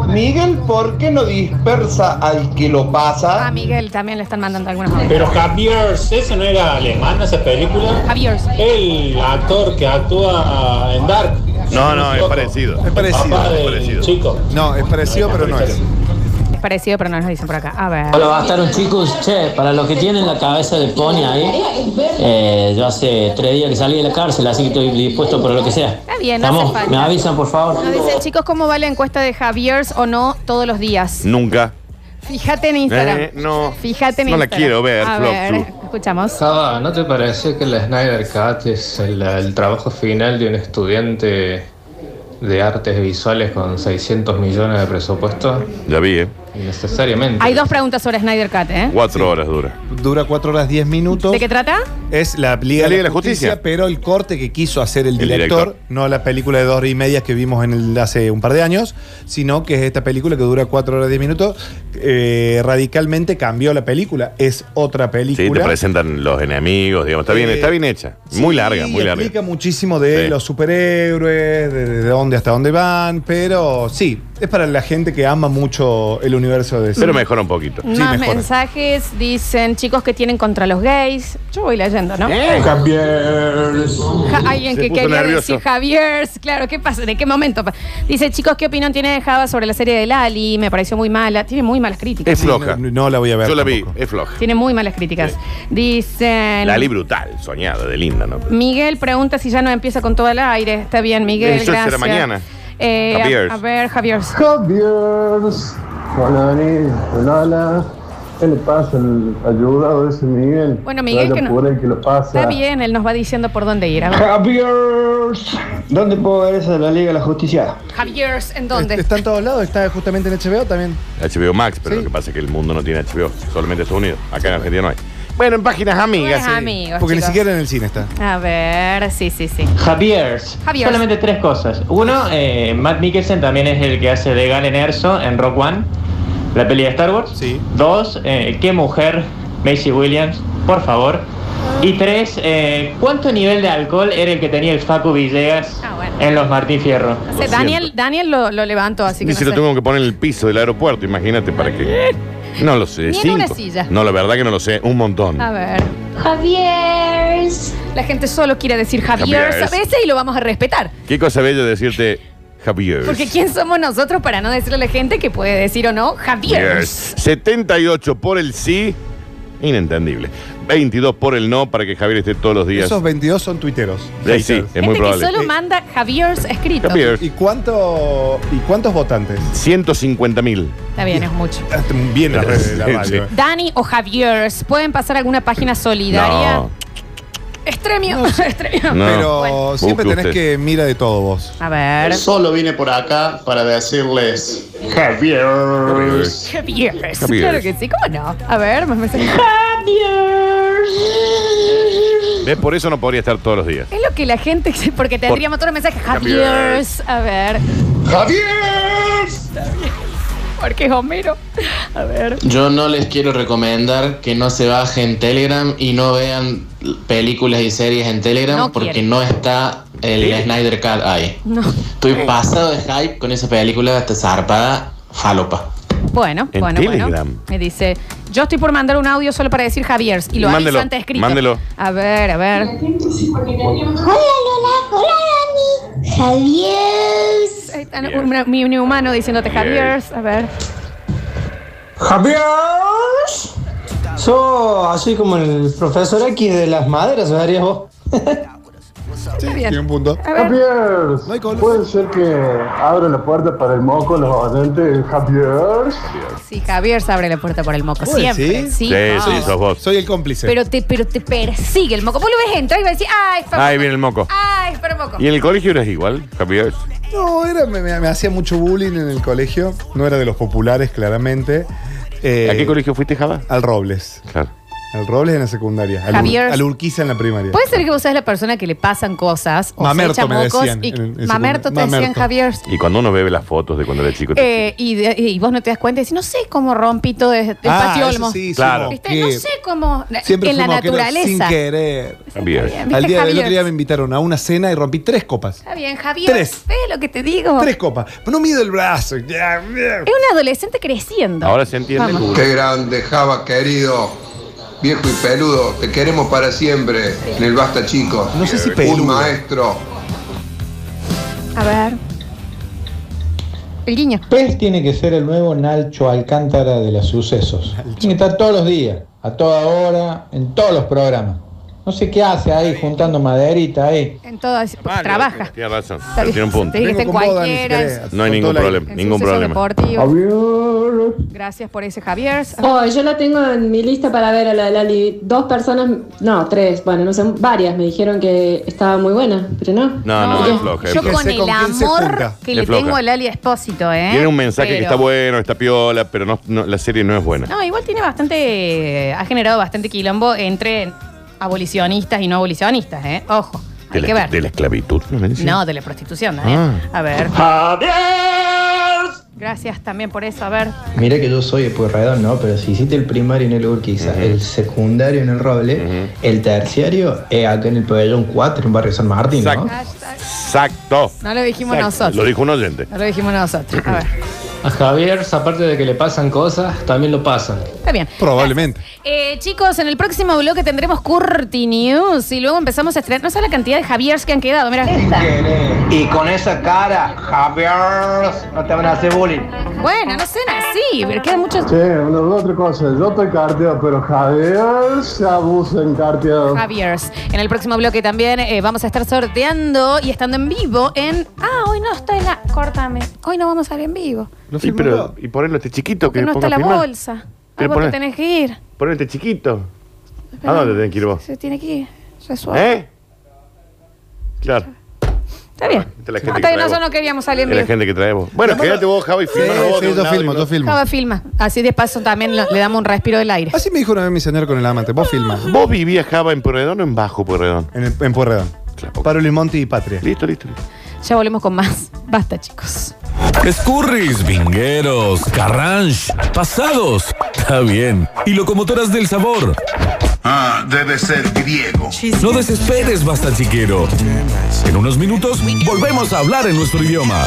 Speaker 4: Miguel, ¿por qué no dispersa al que lo
Speaker 1: A
Speaker 4: pasa?
Speaker 1: Ah, Miguel también le están mandando algunos audios.
Speaker 5: Pero Javier, ¿esa no era alemana esa película?
Speaker 1: Javier.
Speaker 5: El actor que actúa en Dark.
Speaker 2: No, no, es parecido.
Speaker 3: Es parecido,
Speaker 5: Papá
Speaker 2: es
Speaker 5: del
Speaker 2: parecido.
Speaker 5: chico.
Speaker 3: No, es parecido, pero no es.
Speaker 1: Es parecido, pero no nos dicen por acá. A ver.
Speaker 6: Hola, bastaron chicos. Che, para los que tienen la cabeza de pony ahí, eh, yo hace tres días que salí de la cárcel, así que estoy dispuesto para lo que sea.
Speaker 1: Está bien, no hace falta.
Speaker 6: ¿Me avisan, por favor?
Speaker 1: Nos dicen, chicos, ¿cómo va la encuesta de Javiers o no todos los días?
Speaker 2: Nunca.
Speaker 1: Fíjate en Instagram.
Speaker 2: Eh, no.
Speaker 1: Fíjate en
Speaker 2: No la
Speaker 1: Instagram.
Speaker 2: quiero ver,
Speaker 1: A
Speaker 2: Flop,
Speaker 1: ver,
Speaker 2: Flop.
Speaker 1: escuchamos.
Speaker 7: Java, ¿no te parece que el Snyder Cut es el, el trabajo final de un estudiante de artes visuales con 600 millones de presupuesto?
Speaker 2: Ya vi, ¿eh?
Speaker 7: Innecesariamente.
Speaker 1: Hay dos preguntas sobre Snyder Cut, ¿eh?
Speaker 2: Cuatro horas dura.
Speaker 3: Dura 4 horas 10 minutos.
Speaker 1: ¿De qué trata?
Speaker 3: Es la Liga, de la Justicia,
Speaker 2: Justicia,
Speaker 3: pero el corte que quiso hacer el
Speaker 2: El
Speaker 3: director,
Speaker 2: director.
Speaker 3: no la película de dos horas y media que vimos en el, hace un par de años, sino que es esta película que dura 4 horas 10 minutos, eh, radicalmente cambió la película. Es otra película.
Speaker 2: Sí, te presentan los enemigos, digamos. Está bien,
Speaker 3: Eh,
Speaker 2: está bien hecha.
Speaker 3: Sí,
Speaker 2: muy larga, muy larga.
Speaker 3: Explica muchísimo de
Speaker 2: Sí.
Speaker 3: los superhéroes, de, de dónde hasta dónde van, pero sí, es para la gente que ama mucho el universo de
Speaker 2: Pero
Speaker 3: cine.
Speaker 2: mejora un poquito.
Speaker 1: Más
Speaker 3: mejora.
Speaker 1: mensajes dicen chicos que tienen contra los gays. Yo voy leyendo, ¿no?
Speaker 7: Javier.
Speaker 1: Ja- alguien
Speaker 2: Se
Speaker 1: que
Speaker 2: puso
Speaker 1: quería
Speaker 2: nervioso.
Speaker 1: decir Javier. Claro, ¿qué pasa? ¿De qué momento? pa- Dice, chicos, ¿qué opinión tiene de Java sobre la serie de Lali? Me pareció muy mala. Tiene muy malas críticas.
Speaker 2: Es floja.
Speaker 3: No, no la voy a ver
Speaker 2: Yo la vi,
Speaker 3: tampoco.
Speaker 2: es floja.
Speaker 1: Tiene muy malas críticas. Dicen.
Speaker 2: Lali brutal, soñada, de linda, ¿no?
Speaker 1: Miguel pregunta si ya no empieza con todo el aire. Está bien, Miguel.
Speaker 2: Eso será
Speaker 1: gracias.
Speaker 2: mañana.
Speaker 1: Eh, a-
Speaker 2: Javier.
Speaker 1: a, ver, Javier.
Speaker 7: Javier. Hola, Dani. Hola. ¿Qué le pasa al ayudado ese Miguel?
Speaker 1: Bueno, Miguel, que no-
Speaker 7: Por el que lo pasa.
Speaker 1: Está bien, él nos va diciendo por dónde ir. A ver.
Speaker 4: Javier. ¿Dónde puedo ver esa de la Liga de la Justicia?
Speaker 1: Javier, ¿en dónde?
Speaker 3: Este Está en todos lados, está justamente en HBO también.
Speaker 2: HBO Max, pero
Speaker 3: Sí.
Speaker 2: lo que pasa es que el mundo no tiene HBO, solamente Estados Unidos. Acá en Argentina no hay. Bueno, en páginas amigas.
Speaker 1: Pues,
Speaker 2: sí.
Speaker 1: amigos,
Speaker 3: Porque
Speaker 1: chicos.
Speaker 3: ni siquiera en el cine está.
Speaker 1: A ver, sí, sí, sí.
Speaker 6: Javier.
Speaker 1: Javiers.
Speaker 6: Solamente tres cosas. Uno, eh, Matt Mikkelsen también es el que hace de Galen Erso en Rock One, la peli de Star Wars.
Speaker 3: Sí.
Speaker 6: Dos, eh, qué mujer, Macy Williams, por favor. Y tres, eh, ¿cuánto nivel de alcohol era el que tenía el Facu Villegas
Speaker 1: Ah, bueno.
Speaker 6: en Los Martín Fierro?
Speaker 1: No
Speaker 2: Lo
Speaker 1: sé,
Speaker 2: siento.
Speaker 1: Daniel, Daniel lo, lo levantó, así que.
Speaker 2: Dice,
Speaker 1: no
Speaker 2: lo
Speaker 1: sé.
Speaker 2: tengo que poner en el piso del aeropuerto, imagínate, para
Speaker 1: *laughs*
Speaker 2: que. No lo sé,
Speaker 1: Ni en una
Speaker 2: cinco.
Speaker 1: silla.
Speaker 2: No, la verdad que no lo sé, un montón.
Speaker 1: A ver.
Speaker 8: Javier.
Speaker 1: La gente solo quiere decir Javier
Speaker 2: Javiers.
Speaker 1: a veces y lo vamos a respetar.
Speaker 2: Qué cosa bella decirte Javier.
Speaker 1: Porque ¿quién somos nosotros para no decirle a la gente que puede decir o no Javier?
Speaker 2: Yes. 78 por el sí, inentendible. 22 por el no, para que Javier esté todos los días.
Speaker 3: Esos 22 son tuiteros.
Speaker 2: Sí, sí, es
Speaker 1: Gente
Speaker 2: muy
Speaker 1: Este que
Speaker 2: probable. Eh,
Speaker 1: solo manda Javier escrito.
Speaker 2: Javier,
Speaker 3: ¿Y, cuánto, ¿Y cuántos votantes? Ah,
Speaker 2: 150 mil.
Speaker 1: Está bien, es mucho.
Speaker 3: Bien las redes de la
Speaker 2: Sí,
Speaker 3: radio. ¿eh?
Speaker 2: sí.
Speaker 1: Dani o Javier, ¿pueden pasar alguna página solidaria?
Speaker 2: No,
Speaker 1: Extremio, extremio.
Speaker 2: No.
Speaker 3: Pero
Speaker 2: Bueno.
Speaker 3: siempre
Speaker 2: Busque
Speaker 3: tenés
Speaker 2: usted.
Speaker 3: que mira de todo vos.
Speaker 1: A ver.
Speaker 7: Solo vine por acá para decirles Javier.
Speaker 1: Javier.
Speaker 2: Javiers.
Speaker 1: Claro que sí, ¿cómo no? A ver, más
Speaker 2: *laughs*
Speaker 1: mensajes.
Speaker 2: ¿Ves? Por eso no podría estar todos los días.
Speaker 1: Es lo que la gente. Porque tendríamos todos los mensajes. Javier.
Speaker 2: Javiers.
Speaker 1: A ver.
Speaker 7: Javier.
Speaker 1: Porque es Homero. A ver.
Speaker 9: Yo no les quiero recomendar que no se bajen Telegram y no vean películas y series en Telegram
Speaker 1: No
Speaker 9: porque
Speaker 1: quiere.
Speaker 9: no está el
Speaker 2: ¿Sí?
Speaker 9: Snyder Cut ahí.
Speaker 1: No.
Speaker 9: Estoy pasado de hype con esa película hasta zarpada, falopa.
Speaker 1: Bueno,
Speaker 2: En
Speaker 1: bueno, bueno.
Speaker 2: Telegram.
Speaker 1: Me dice. Yo estoy por mandar un audio solo para decir Javier. Y lo
Speaker 2: Mándelo,
Speaker 1: aviso antes escrito.
Speaker 2: mándelo.
Speaker 1: A ver, a ver.
Speaker 8: Hola Lola, hola Dani. Javier.
Speaker 1: Ahí está un- mi, mi humano diciéndote Javier.
Speaker 2: Javier.
Speaker 1: A ver.
Speaker 6: Javier. So, así como el profesor X de las maderas, ¿verdad vos?
Speaker 3: Sí,
Speaker 1: bien.
Speaker 3: tiene un punto.
Speaker 1: A ver.
Speaker 7: Javier.
Speaker 3: No hay color.
Speaker 7: Puede ser que abra la puerta para el moco los oyentes. Javier.
Speaker 1: Sí, Javier se abre la puerta por el moco.
Speaker 3: ¿Vos
Speaker 1: Siempre.
Speaker 3: decís?
Speaker 1: Sí,
Speaker 2: Sí, sí,
Speaker 1: no.
Speaker 2: sos vos.
Speaker 3: Soy el cómplice.
Speaker 1: Pero te, pero te persigue el moco. Vos lo ves entrar y vas a decir, ¡ay, es para
Speaker 2: Ahí
Speaker 1: moco.
Speaker 2: viene el moco.
Speaker 1: ¡Ay, es para moco!
Speaker 2: ¿Y en el colegio eres igual, Javier?
Speaker 3: No, era, me, me- me hacía mucho bullying en el colegio. No era de los populares, claramente. Eh,
Speaker 2: ¿A qué colegio fuiste, Java?
Speaker 3: Al Robles.
Speaker 2: Claro.
Speaker 3: Al Robles en la secundaria. Al, Ur-
Speaker 1: Javier. Pues,
Speaker 3: al Urquiza en la primaria.
Speaker 1: Puede ser que vos seas la persona que le pasan cosas o
Speaker 3: Mamerto
Speaker 1: se echa
Speaker 3: me
Speaker 1: mocos
Speaker 3: decían
Speaker 1: y
Speaker 3: en- en secundaria.
Speaker 1: mamerto te decían
Speaker 3: Mamerto.
Speaker 1: Javier.
Speaker 2: Y cuando uno ve las fotos de cuando era chico.
Speaker 1: Eh, y, de- y vos no te das cuenta y decís, no sé cómo rompí todo el el
Speaker 2: Ah,
Speaker 1: patio
Speaker 2: eso
Speaker 1: Olmo.
Speaker 2: sí, sí, Claro.
Speaker 1: ¿Viste? No
Speaker 3: moquero.
Speaker 1: sé cómo. eh,
Speaker 3: Siempre
Speaker 1: en
Speaker 3: fui
Speaker 1: la
Speaker 3: moquero Sin
Speaker 1: naturaleza.
Speaker 3: querer.
Speaker 2: Javier.
Speaker 1: ¿Viste,
Speaker 3: Al día del
Speaker 1: Javier?
Speaker 3: otro día me invitaron a una cena y rompí tres copas.
Speaker 1: Está bien, Javier.
Speaker 3: Tres.
Speaker 1: ¿Ves lo que te digo?
Speaker 3: Tres copas. Pero no mido el brazo. Ya, ya.
Speaker 1: Es un adolescente creciendo. Vamos.
Speaker 10: Qué grande, Java, querido. Viejo y peludo, te queremos para siempre en el Basta Chico. No sé si
Speaker 3: peludo.
Speaker 10: Eh, Un maestro.
Speaker 1: A ver. El guiño.
Speaker 11: Pez tiene que ser el nuevo Nacho Alcántara de los sucesos. Tiene que estar todos los días, a toda hora, en todos los programas. No sé qué hace ahí juntando maderita ahí.
Speaker 1: En todas. Trabaja.
Speaker 2: Tiene razón.
Speaker 1: Está
Speaker 2: pero
Speaker 1: bien.
Speaker 2: Tiene un punto.
Speaker 1: Te dije que en cualquiera. en-
Speaker 2: No hay ningún problema.
Speaker 1: en
Speaker 2: Ningún
Speaker 1: suceso
Speaker 2: problema.
Speaker 1: deportivo. Gracias por ese, Javier.
Speaker 12: Oh, yo la tengo en mi lista para ver a la de Lali. Dos personas, no, tres, bueno, no sé, varias me dijeron que estaba muy buena, pero no.
Speaker 2: Ah, No, no,
Speaker 1: No,
Speaker 2: es floja. es
Speaker 1: Yo
Speaker 2: floja.
Speaker 1: con el amor que
Speaker 2: Es
Speaker 1: le
Speaker 2: floja.
Speaker 1: tengo al Ali Espósito, ¿eh?
Speaker 2: Tiene un mensaje que
Speaker 1: Pero-
Speaker 2: está bueno, está piola, pero no, no, la serie no es buena.
Speaker 1: No, igual tiene bastante. Ha generado bastante quilombo entre abolicionistas y no abolicionistas, ¿eh? Ojo, hay
Speaker 2: de,
Speaker 1: que
Speaker 2: la, Ah.
Speaker 1: ver.
Speaker 2: de la esclavitud. ¿no? Sí.
Speaker 1: No, de la prostitución, Daniel. A ver. Gracias también por eso. A ver.
Speaker 13: Mira que yo soy de Pueyrredón, ¿no? Pero si hiciste el primario en el Urquiza, el secundario en el Roble, el terciario es acá en el pabellón 4, en Barrio San Martín, ¿no?
Speaker 2: Exacto. Exacto.
Speaker 1: No lo dijimos nosotros.
Speaker 2: Lo dijo un oyente.
Speaker 1: No lo dijimos nosotros. A ver.
Speaker 7: A Javier, aparte de que le pasan cosas, también lo pasan.
Speaker 1: Está bien.
Speaker 7: Probablemente.
Speaker 1: Eh, chicos, en el próximo bloque tendremos Curti News y luego empezamos a estrenar. No sé la cantidad de Javiers que han quedado. Mira.
Speaker 14: Y con esa cara, Javier, no te van a hacer bullying.
Speaker 1: Bueno, no sé, así, pero quedan muchos.
Speaker 15: Che, una, otra cosa, yo estoy carteado, pero Javier se abusa en carteado.
Speaker 1: Javiers. En el próximo bloque también eh, vamos a estar sorteando y estando en vivo en. Ah, hoy no está en la. Córtame. Hoy no vamos a estar en vivo.
Speaker 2: Y, pero, y ponerlo este chiquito que
Speaker 1: Que no
Speaker 2: ponga
Speaker 1: está la
Speaker 2: a filmar.
Speaker 1: bolsa. Ahí
Speaker 2: Pero
Speaker 1: vos te
Speaker 2: poné-
Speaker 1: tenés que ir.
Speaker 2: Ponelo este chiquito. ¿A dónde tenés que ir vos?
Speaker 1: Se tiene que ir. Resuelve.
Speaker 2: ¿Eh? Claro.
Speaker 1: Está bien.
Speaker 2: Esta es la gente
Speaker 1: Hasta
Speaker 2: Ah, que trae
Speaker 1: nosotros
Speaker 2: vos.
Speaker 1: no queríamos salir en
Speaker 2: Es la
Speaker 1: vivo.
Speaker 2: gente que trae vos. Bueno, quédate vos, Javi, filma vos. de un lado y del otro.
Speaker 1: Java filma. Así de paso también lo- le damos un respiro del aire.
Speaker 3: Así me dijo una vez mi señor con el amante. Vos filmas.
Speaker 2: ¿Vos vivías Java en Pueyrredón o en Bajo Pueyrredón?
Speaker 3: En, el- en Pueyrredón. Pablo Limonti y Patria.
Speaker 2: Listo, listo,
Speaker 1: Ya volvemos con más. Basta, chicos.
Speaker 16: Escurris, vingueros, carranche, pasados. Está bien. Y locomotoras del sabor. Ah, debe ser griego. No desesperes, basta chiquero. En unos minutos volvemos a hablar en nuestro idioma.